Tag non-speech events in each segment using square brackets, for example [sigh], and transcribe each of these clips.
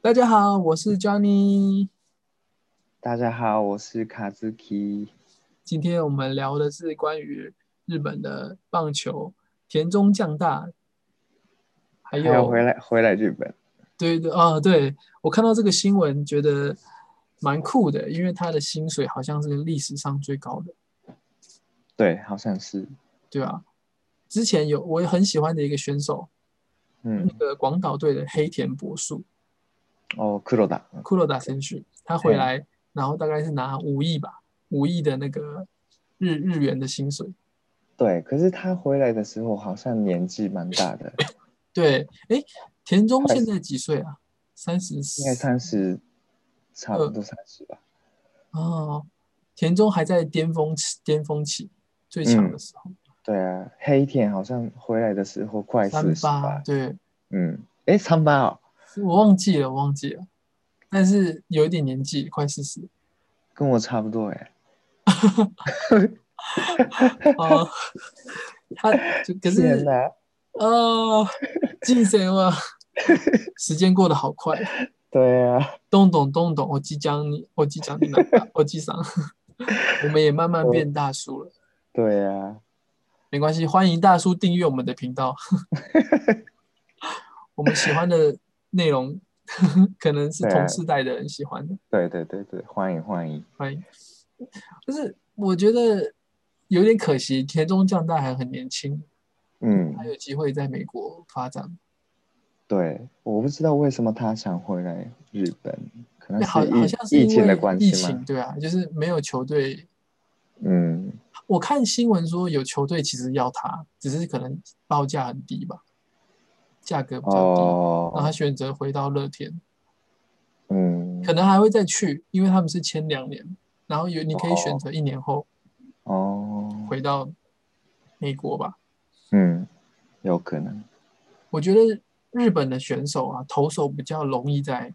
大家好，我是 Johnny。大家好，我是卡兹基。今天我们聊的是关于日本的棒球，田中将大，还还有有回来回来日本，对对啊，对我看到这个新闻，觉得蛮酷的，因为他的薪水好像是历史上最高的，对，好像是，对吧、之前有我也很喜欢的一个选手，嗯那，个广岛队的黑田博树，哦，克罗达，库洛达选手，他回来，然后大概是拿五亿吧，五亿的那个日日元的薪水。对，可是他回来的时候好像年纪蛮 [laughs] 大的，对，哎，田中快现在几岁啊？三十应该四三十，差不多三十嗯吧。哦，田中还在巅峰期，巅峰期最强嗯的时候，对啊，黑田好像回来的时候快三四十八、吧，对，嗯，诶，三八哦，我忘记了，我忘记了，但是有一点年纪，快四 [laughs] 十。跟我差不多诶。哦，他就可天是哪，哦，晋升了， [laughs] 时间过得好快。对啊，东懂东懂，我即将你，我即将你拿大，我即将， [laughs] 我们也慢慢变大叔了，对啊，没关系，欢迎大叔订阅我们的频 [laughs] 道，我们喜欢的内容可能是啊同世代的人喜欢的，对对对对，欢迎欢迎。欢迎。就是我觉得有点可惜，田中将大还很年轻，嗯还，有机会在美国发展，对，我不知道为什么他想回来日本，可能那哎好好像啊是是疫疫因情的为关疫系情，吗？对啊，就是没有球队嗯，我看新闻说有球队其实要他，只是可能报价很低吧，价格比较低，然后他哦，选择回到乐天，嗯，可能还会再去，因为他们是签两年，然后有你可以选择一年后哦，回到美国吧。嗯，有可能，我觉得日本的选手啊，投手比较容易在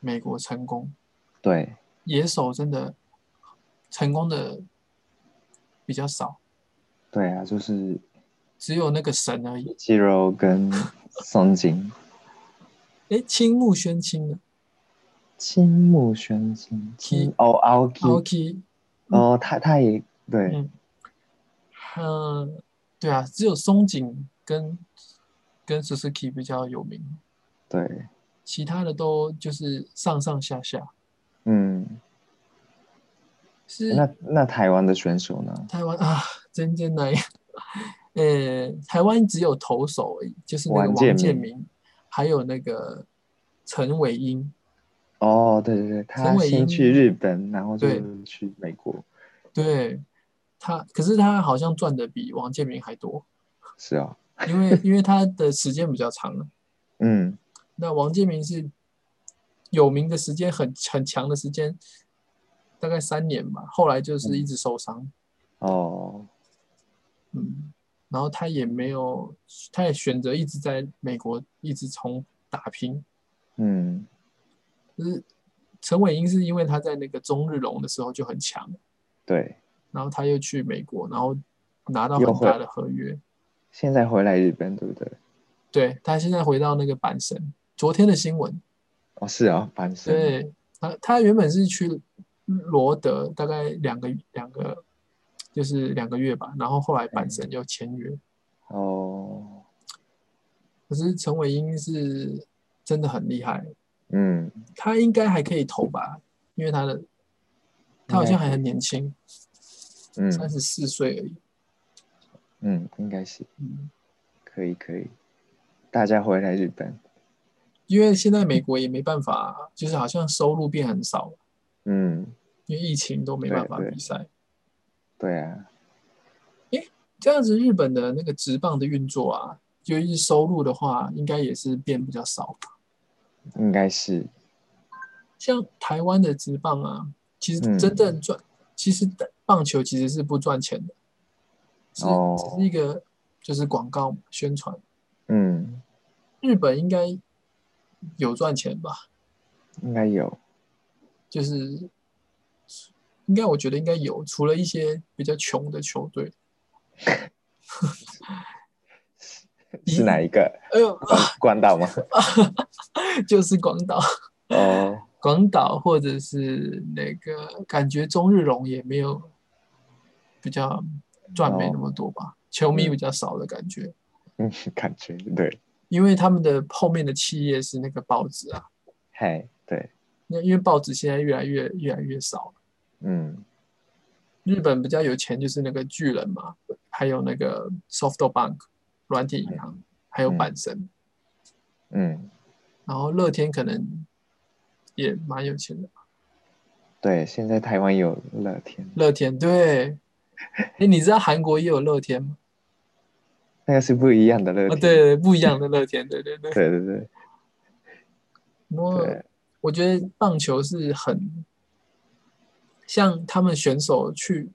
美国成功，对，野手真的成功的比较少，对啊，就是只有那个神而已。肌肉跟松井，诶，青啊木宣亲的青木宣清，青哦，Aoki， ，Aoki 哦，他他也嗯对，嗯，对啊，只有松井跟跟 Suzuki 比较有名，对，其他的都就是上上下下。嗯，是那那台湾的选手呢？台湾啊，真真难。 [laughs] 呃，台湾只有投手而已，就是那个王王建建民，还有那个陈伟英。哦，对对对，陈他伟英先去日本，然后就对去美国，对他，可是他好像赚的比王建民还多，是哦，因为因为他的时间比较长了。嗯。那王建民是有名的时间很很强的时间，大概三年吧，后来就是一嗯直受伤，哦，嗯，然后他也没有，他也选择一直在美国一直从打拼。嗯，就是陈伟英是因为他在那个中日龙的时候就很强，对，然后他又去美国，然后拿到又很回大的合约。现在回来日本对不对？对他现在回到那个阪神，昨天的新闻，哦，是啊，阪神，对，他他原本是去罗德，大概两个两个，就是两个月吧。然后后来阪嗯神又签约，哦，可是陈伟英是真的很厉害，嗯，他应该还可以投吧，因为他的他好像还很年轻，三嗯十四岁而已。嗯，应该是嗯，可以可以，大家回来日本，因为现在美国也没办法，就是好像收入变很少，嗯，因为疫情都没办法对对比赛。对啊，这样子，日本的那个职棒的运作啊，就是收入的话，应该也是变比较少。应该是，像台湾的职棒啊，其实嗯真正赚，其实棒球其实是不赚钱的，只是、哦只是一个就是广告宣传。嗯，日本应该有赚钱吧？应该有，就是应该我觉得应该有，除了一些比较穷的球队，是哪一个？哎呦，关 [laughs] 岛吗？就是广岛， [laughs] 哦，广岛或者是那个，感觉中日龙也没有比较赚没那么多吧，球迷比较少的感觉，嗯， [laughs] 感觉对，因为他们的后面的企业是那个报纸啊，嗨，对，那因为报纸现在越来越越来越少了。嗯，日本比较有钱就是那个巨人嘛，还有那个 SoftBank 软体银行，还有阪神，嗯，然后乐天可能也蛮有钱的吧。对，现在台湾有乐天，乐天对，哎，你知道韩国也有乐天吗？那个是不一样的乐啊，天，对，不一样的乐天，对对对。对对对不过对，我觉得棒球是很像他们选手去，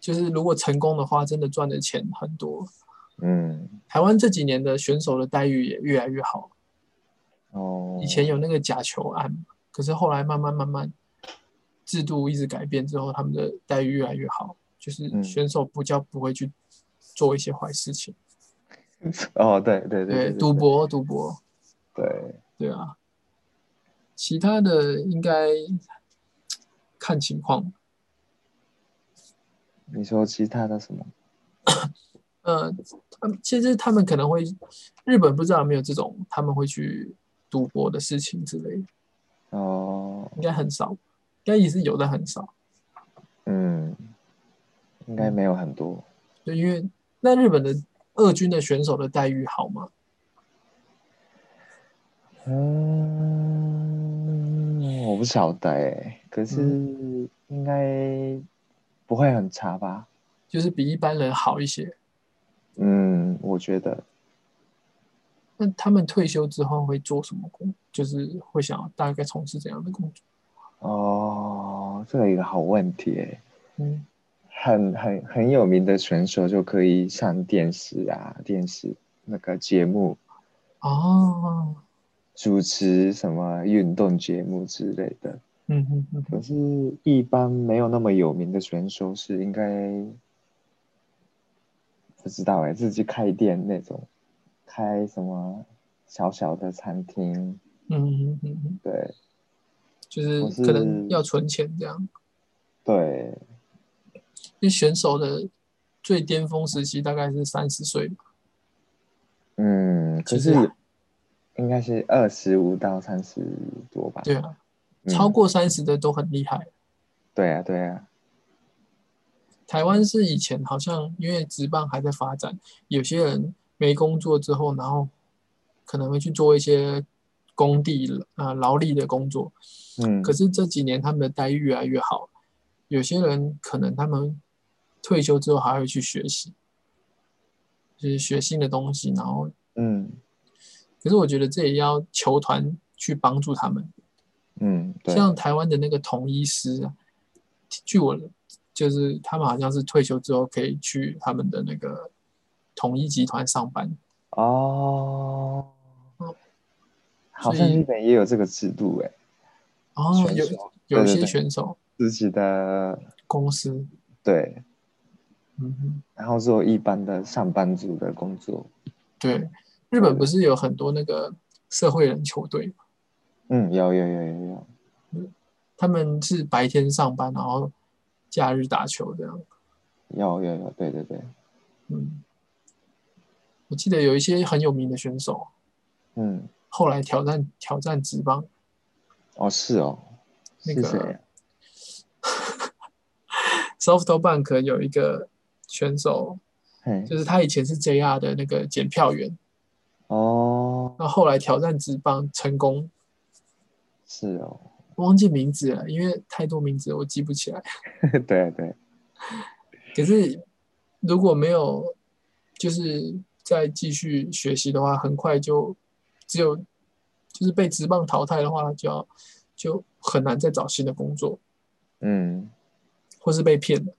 就是如果成功的话，真的赚的钱很多。嗯，台湾这几年的选手的待遇也越来越好，哦，以前有那个假球案嘛，可是后来慢慢慢慢制度一直改变之后，他们的待遇越来越好，就是嗯选手不叫不会去做一些坏事情，哦，对对对对，赌，博赌博，对，对啊，其他的应该看情况，你说其他的什么？呃，他们其实他们可能会，日本不知道有没有这种他们会去赌博的事情之类的，哦，应该很少，应该也是有的很少。嗯，应嗯该没有很多，对，因为那日本的二军的选手的待遇好吗？嗯，我不晓得哎，可是应该不会很差吧？就是比一般人好一些。嗯，我觉得，那他们退休之后会做什么工？就是会想要大概从事怎样的工作？哦，这个一个好问题哎。嗯，很很很有名的选手就可以上电视啊，电视那个节目哦，主持什么运动节目之类的。嗯嗯嗯可是，一般没有那么有名的选手是应该不知道哎、自己开店那种，开什么小小的餐厅，嗯嗯嗯嗯，对就是我是可能要存钱这样。对，因为选手的最巅峰时期大概是三十岁嘛，嗯，可其实是啊应该是二十五到三十多吧？对啊，嗯超过三十的都很厉害。对啊，对啊，台湾是以前好像因为职棒还在发展，有些人没工作之后，然后可能会去做一些工地啊劳力的工作。嗯，可是这几年他们的待遇越来越好，有些人可能他们退休之后还会去学习，就是学新的东西。然后，嗯可是我觉得这也要球团去帮助他们，嗯，对。像台湾的那个统一师啊，据我就是他们好像是退休之后可以去他们的那个统一集团上班，哦嗯，好所像以日本也有这个制度哎，然后选有手哦有一对对些对选手自己的公司，对，嗯哼，然后做一般的上班族的工作，对，日本不是有很多那个社会人球队，嗯，有有有有有，他们是白天上班，然后假日打球这样，有有有，对对对，嗯，我记得有一些很有名的选手嗯，后来挑战挑战职棒，哦是哦，那是个谁啊？ SoftBank 有一个选手，嘿，就是他以前是 JR 的那个检票员，哦，那后来挑战职棒成功，是哦，忘记名字了，因为太多名字我记不起来。对对，可是如果没有就是再继续学习的话，很快就只有就是被职棒淘汰的话，就要就很难再找新的工作，嗯或是被骗了。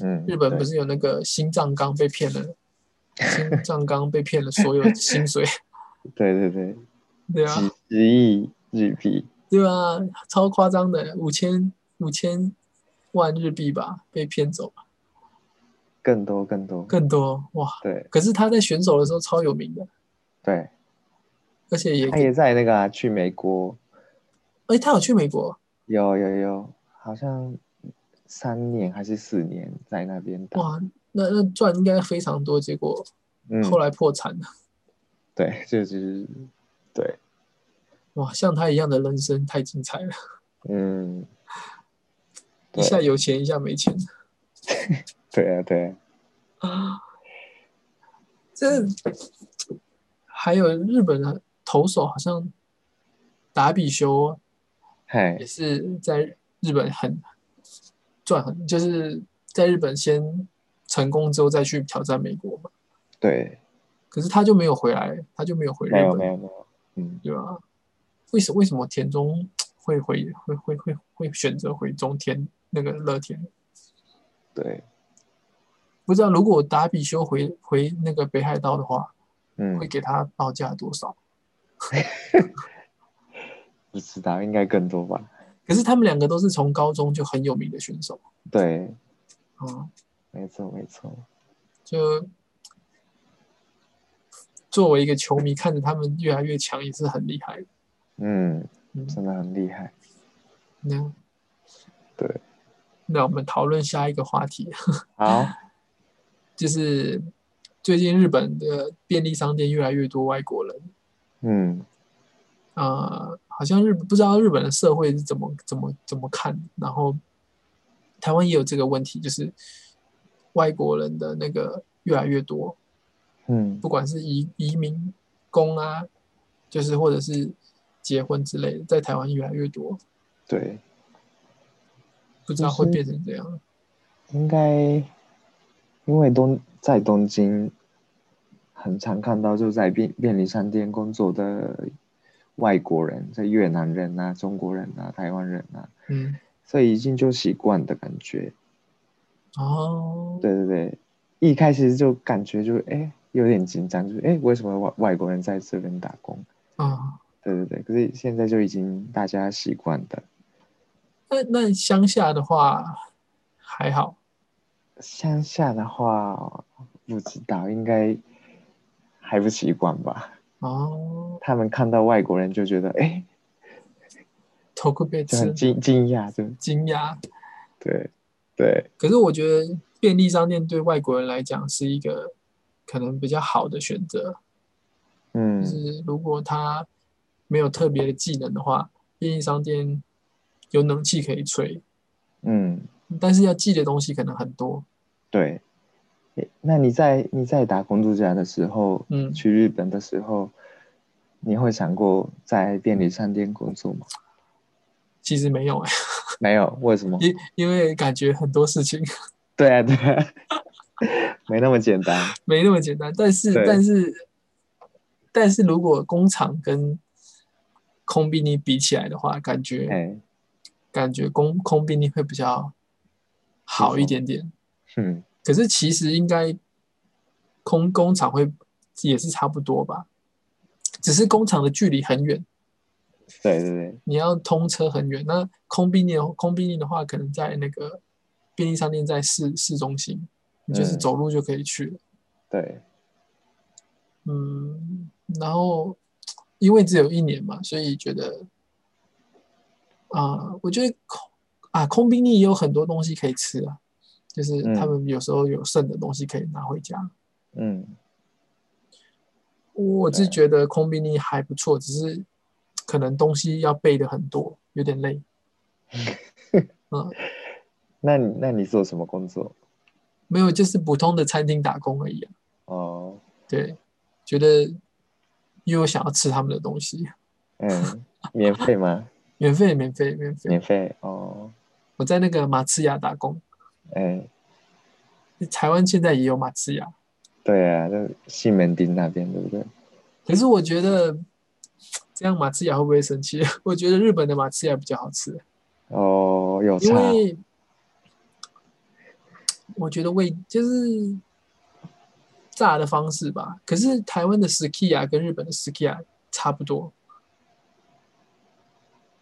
嗯，日本对不是有那个新藏纲被骗了，新藏纲被骗了所有薪水，对对对，对啊。几十亿日币，对啊，超夸张的，五千五千万日币吧，被骗走吧。更多更多，更多哇！对可是他在选手的时候超有名的，对，而且也他也在那个啊，去美国，哎，他有去美国有有有，好像三年还是四年在那边打，哇，那那赚应该非常多，结果嗯，后来破产了。对，这就是对，哇，像他一样的人生太精彩了，嗯，一对下有钱，一下没钱对啊对啊，啊。这还有日本的投手，好像达比修啊嗨也，是在日本很赚很，就是在日本先成功之后再去挑战美国嘛。对，可是他就没有回来，他就没有回日没有本，没有没有，嗯，对吧？为什为什么田中会回会会会会选择回中天那个乐天？对，不知道如果达比修回回那个北海道的话，嗯会，给他报价多少？不知道，应该更多吧，可是他们两个都是从高中就很有名的选手对，啊、嗯没错没错，就作为一个球迷，看着他们越来越强也是很厉害的。嗯，嗯，真的很厉害，那对，那我们讨论下一个话题，好， [laughs] 就是最近日本的便利商店越来越多外国人。嗯，呃，好像日不知道日本的社会是怎么怎么怎么看，然后台湾也有这个问题，就是外国人的那个越来越多，嗯不管是移移民工啊，就是或者是结婚之类的，在台湾越来越多，对，不知道就是会变成怎样。应该因为东在东京，很常看到就在便便利商店工作的外国人，在越南人啊、中国人啊、台湾人啊，嗯，所以已经就习惯的感觉。哦，对对对，一开始就感觉就哎有点紧张，就是哎为什么外外国人在这边打工？啊，对对对，可是现在就已经大家习惯的。那那乡下的话还好，乡下的话，不知道，应该还不习惯吧。哦，他们看到外国人就觉得，哎、头盔被就吃很惊惊讶，就惊讶，对，对，可是我觉得便利商店对外国人来讲是一个可能比较好的选择，就嗯，是如果他没有特别的技能的话，便利商店有冷气可以吹，嗯，但是要记的东西可能很多。对。诶那你在你在打工度假的时候，嗯去日本的时候，你会想过在便利商店工作吗？其实没有哎、没有，为什么？因 [laughs] 因为感觉很多事情 [laughs] [laughs] 对啊，对啊，没那么简单。没那么简单。但是对但是但是如果工厂跟空比尼比起来的话，感觉、哎、感觉工空比尼会比较好一点点。嗯，可是其实应该空工厂会也是差不多吧，只是工厂的距离很远，对对对，你要通车很远。那空宾店空宾店的话，可能在那个便利商店在市市中心，你就是嗯走路就可以去了。对，嗯，然后因为只有一年嘛，所以觉得啊、我觉得空啊空宾店也有很多东西可以吃啊，就是他嗯们有时候有剩的东西可以拿回家。嗯，我是对觉得空宾利还不错，只是可能东西要背的很多，有点累。嗯，那你那你做什么工作？没有，就是普通的餐厅打工而已、啊。哦，对，觉得因为我想要吃他们的东西，嗯，免费吗？免费，免费，免费。免费哦，我在那个马刺亚打工，哎，台湾现在也有马刺亚，对啊，就西门町那边，对不对？可是我觉得这样马刺亚会不会生气？ [laughs] 我觉得日本的马刺亚比较好吃，哦，有因差，为我觉得味就是炸的方式吧。可是台湾的 Skia 跟日本的 Skia 差不多。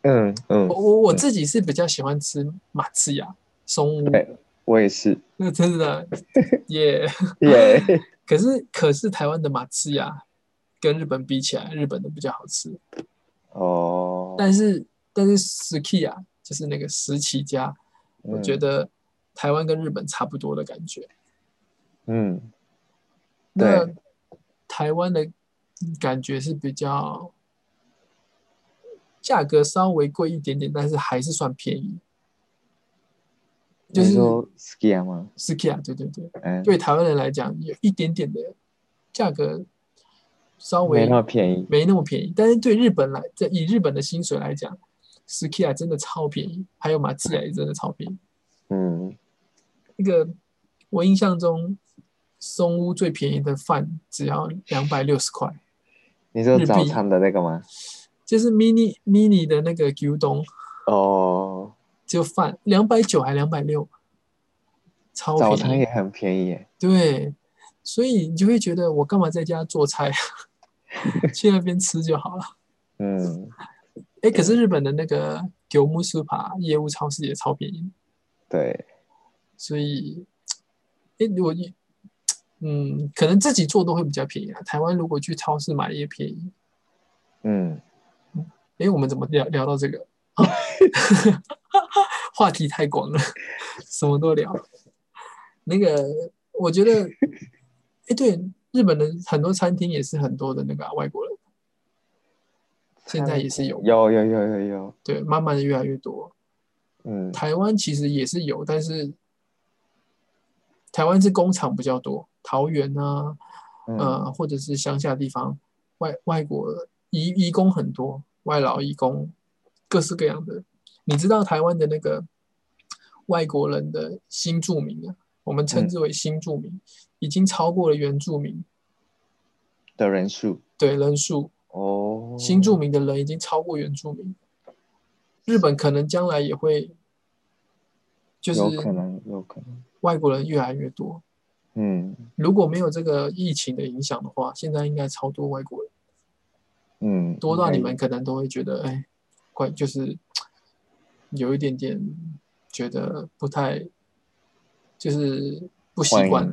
嗯我嗯，我我自己是比较喜欢吃马刺亚松屋，对我也是，那 [laughs] 真 [laughs] 的耶。耶、可是可是台湾的马刺呀，跟日本比起来，日本的比较好吃。哦， [laughs] 但是但是 ski 啊，就是那个石岐家，我觉得台湾跟日本差不多的感觉。嗯，嗯，那对台湾的感觉是比较价格稍微贵一点点，但是还是算便宜。就是你说 ski 吗？ ski 啊，对对对，嗯，对台湾人来讲有一点点的价格稍微没那么便宜。没那么便宜，但是对日本来，在以日本的薪水来讲，ski 啊真的超便宜，还有马自也真的超便宜。嗯，那个我印象中，松屋最便宜的饭只要两百六十块，你说日币早餐的那个吗？就是 mini mini 的那个牛东，哦，就饭两百九还两百六，超早便餐宜。也很便宜耶。对，所以你就会觉得我干嘛在家做菜，啊 [laughs] 去那边吃就好了。嗯，哎，可是日本的那个牛木 super 啊业务超市也超便宜，对，所以，哎，我嗯，可能自己做都会比较便宜啊。台湾如果去超市买也便宜。嗯，哎，我们怎么聊聊到这个？ [laughs] 话题太广了，什么都聊。那个，我觉得，哎，对，日本的很多餐厅也是很多的那个啊、外国人，现在也是有，有有有有有，对，慢慢的越来越多。嗯，台湾其实也是有，但是台湾是工厂比较多，桃园啊，嗯呃，或者是乡下地方，外外国移移工很多，外劳移工，各式各样的。你知道台湾的那个外国人的新住民啊，我们称之为新住嗯民，已经超过了原住民的人数。对人数，哦，新住民的人已经超过原住民。日本可能将来也会，就是有可能，有可能。外国人越来越多。嗯如果没有这个疫情的影响的话，现在应该超多外国人，嗯，多到你们应可能都会觉得，哎，怪就是有一点点觉得不太，就是不习欢惯迎，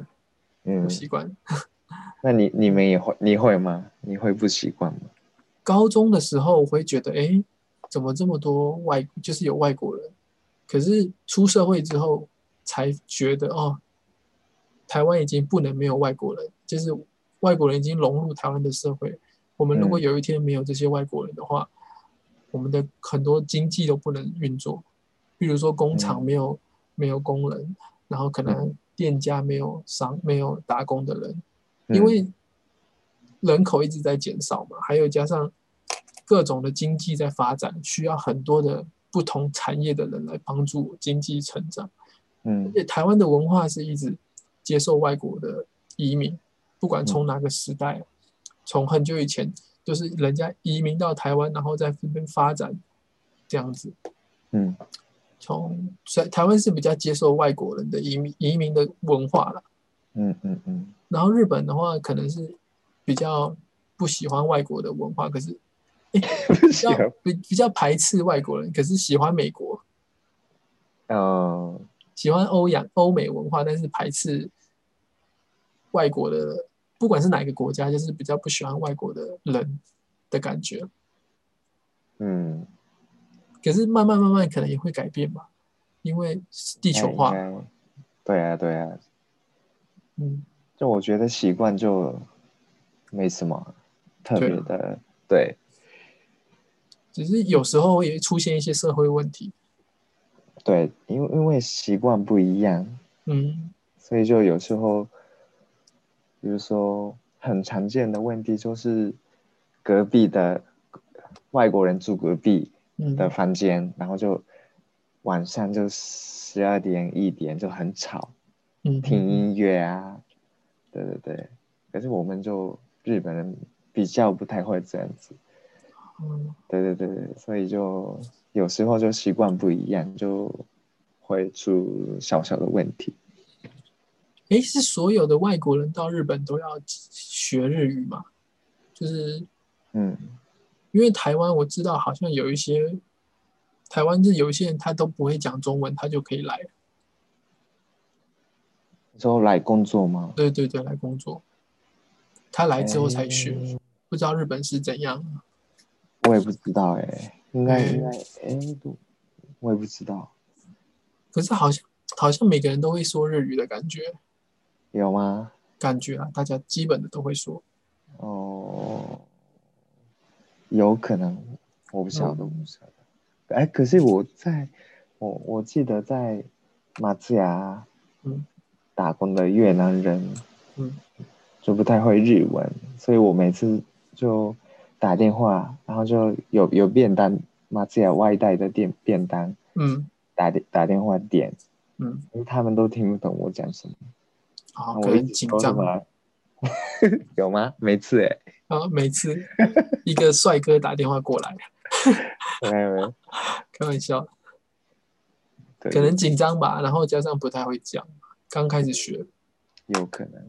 该有不嗯，习惯。那你你们也会你会吗？你会不习惯吗？高中的时候我会觉得，哎，怎么这么多外，就是有外国人，可是出社会之后才觉得，哦，台湾已经不能没有外国人，就是外国人已经融入台湾的社会。我们如果嗯有一天没有这些外国人的话，我们的很多经济都不能运作，比如说工厂嗯没有、没有工人，然后可能店家没有商没有打工的人，嗯因为人口一直在减少嘛，还有加上各种的经济在发展，需要很多的不同产业的人来帮助经济成长。嗯而且台湾的文化是一直接受外国的移民，不管从哪个时代，从很久以前就是人家移民到台湾，然后在这边发展这样子。嗯从所以台湾是比较接受外国人的移民移民的文化啦。嗯嗯嗯然后日本的话，可能是比较不喜欢外国的文化，可是嗯，不比较 [laughs] 行，比比较排斥外国人，可是喜欢美国，嗯喜欢欧洋欧美文化，但是排斥外国的，不管是哪个国家，就是比较不喜欢外国的人的感觉。嗯，可是慢慢慢慢可能也会改变吧，因为地地球化，对啊对啊，嗯，就我觉得习惯就没什么特别的，对，只是有时候也会出现一些社会问题，对，因为因为习惯不一样，嗯所以就有时候，比如说很常见的问题就是隔壁的外国人住隔壁嗯，的房间，然后就晚上就十二点一点就很吵，嗯听音乐啊，对对对。可是我们就日本人比较不太会这样子，嗯对对对，对所以就有时候就习惯不一样，就会出小小的问题。诶，是所有的外国人到日本都要学日语吗？就是嗯因为台湾我知道好像有一些台湾是有一些人他都不会讲中文，他就可以来。之后来工作吗？对对对，来工作。他来之后才学，哎不知道日本是怎样。我也不知道哎、应该嗯应该哎，都我也不知道，可是好像好像每个人都会说日语的感觉，有吗？感觉啊，大家基本的都会说。哦，有可能，我不晓得，我不晓得。哎，可是我在，我我记得在马自牙嗯打工的越南人，嗯，就不太会日文，所以我每次就打电话，然后就有有便当，马自牙外带的便便当，嗯打电打电话点，嗯，因为他们都听不懂我讲什么，好，然后可哦我一能直紧说什张么， [laughs] 有吗？每次哎、啊。每次一个帅哥打电话过来，没有没有，开玩笑，对可能紧张吧，然后加上不太会讲，刚开始学。有可能。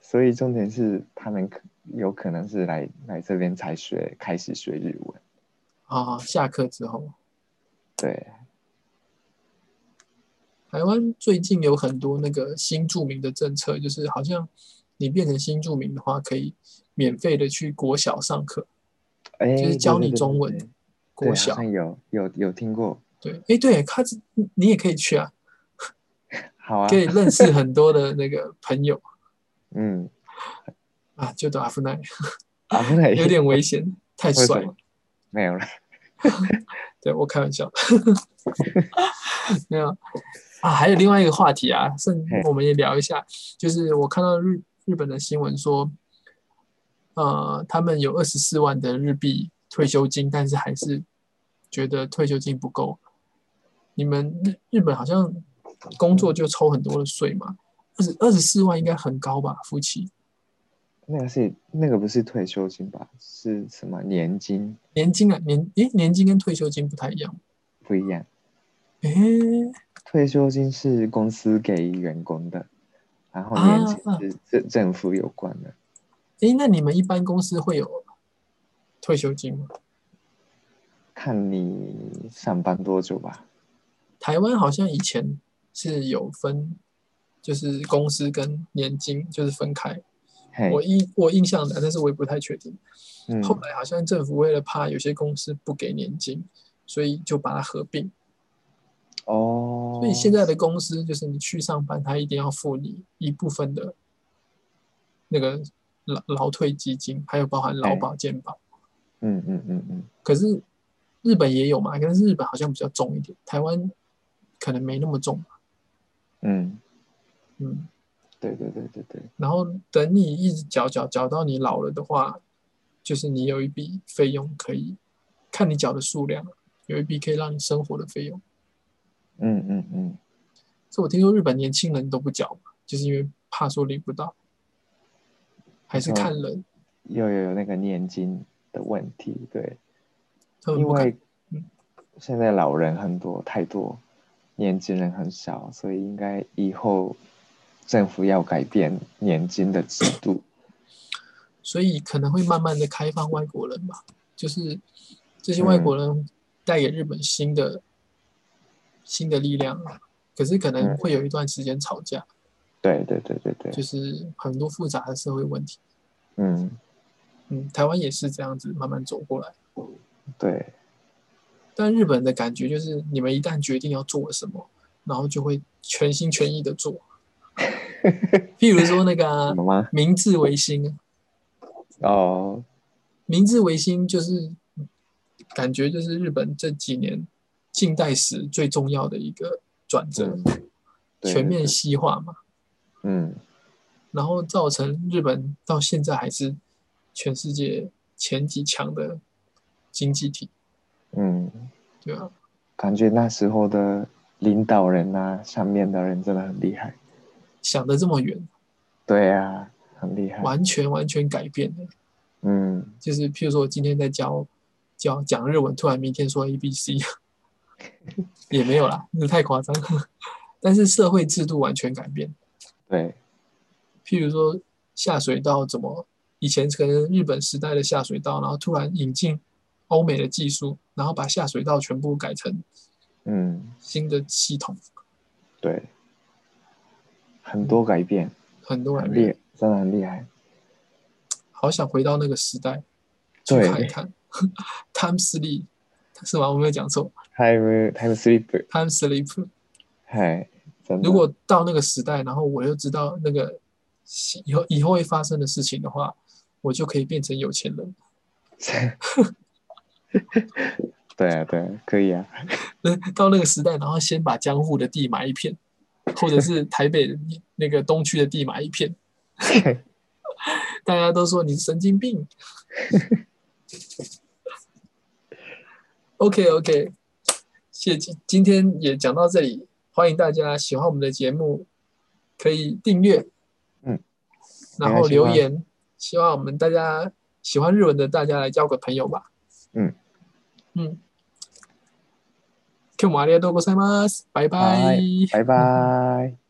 所以重点是，他们可有可能是来来这边才学，开始学日文。啊，下课之后，对，台湾最近有很多那个新住民的政策，就是好像你变成新住民的话，可以免费的去国小上课，哎，就是教对你中文对对对国对啊小好像有有有听过。对，哎，对，他你也可以去啊，好啊可，以认识很多的那个朋友嗯，啊，就打阿夫奈啊，不 [laughs] 对，有点危险，太为什帅么了，没有了。对我开玩笑， [laughs] 没有啊，还有另外一个话题啊，甚嘿我们也聊一下，就是我看到日日本的新闻说，呃，他们有二十四万的日币退休金，但是还是觉得退休金不够。你们日日本好像工作就抽很多的税嘛，二十二十四万应该很高吧，夫妻那个是那个不是退休金吧？是什么年金年金啊年诶年金跟退休金不太一样，不一样？诶退休金是公司给员工的，然后年金啊是政政府有关的。诶，那你们一般公司会有退休金吗？看你上班多久吧。台湾好像以前是有分，就是公司跟年金就是分开。嘿，我印我印象的，但是我也不太确定。嗯后来好像政府为了怕有些公司不给年金，所以就把它合并。哦，所以现在的公司就是你去上班，他一定要付你一部分的那个劳劳退基金，还有包含劳保、健保。嗯嗯嗯嗯，可是日本也有嘛，但是日本好像比较重一点，台湾可能没那么重。嗯，嗯。对对对对对，然后等你一直缴缴缴到你老了的话，就是你有一笔费用可以看你缴的数量，有一笔可以让你生活的费用。嗯嗯嗯，所以我听说日本年轻人都不缴嘛，就是因为怕说领不到，还是看人，又有有那个年金的问题，对，他们因不敢。为现在老人很多太多，年轻人很少，所以应该以后政府要改变年金的制度。所以可能会慢慢的开放外国人吧，就是这些外国嗯人带给日本新的、新的力量啊，可是可能会有一段时间吵架，对对对对嗯对就，是很多复杂的社会问题。嗯，嗯，台湾也是这样子慢慢走过来，对，但日本的感觉就是你们一旦决定要做什么，然后就会全心全意的做。 [laughs] 譬如说那个啊、什么吗？明治维新啊，哦，明治维新就是感觉就是日本这几年近代史最重要的一个转折嗯，对全对面对西化嘛，嗯，然后造成日本到现在还是全世界前几强的经济体，嗯，对吧、感觉那时候的领导人呐、上面的人真的很厉害。想得这么远。对啊，很厉害。完全完全改变的。嗯，就是譬如说，我今天在教教讲日文，突然明天说 A B C，也没有啦，那太夸张了。 [laughs] 但是社会制度完全改变，对，譬如说下水道怎么以前可能日本时代的下水道，然后突然引进欧美的技术，然后把下水道全部改成嗯，新的系统，对，很多改变，很多很人厉，真的很厉害。好想回到那个时代去对看一看。Time sleep 是吗？我没有讲错。 Time Time Sleep， Time sleep。嗨，真的。如果到那个时代，然后我又知道那个以后以后会发生的事情的话，我就可以变成有钱人。 [laughs] 对啊，对啊，可以啊， [laughs] 到那个时代，然后先把江户的地买一片，或者是台北那个东区的地买一片，大家都说你是神经病。OK OK，谢今今天也讲到这里，欢迎大家喜欢我们的节目，可以订阅，嗯，然后留言，希望我们大家喜欢日文的大家来交个朋友吧。嗯嗯。今日もありがとうございます。バイバイ。拜拜。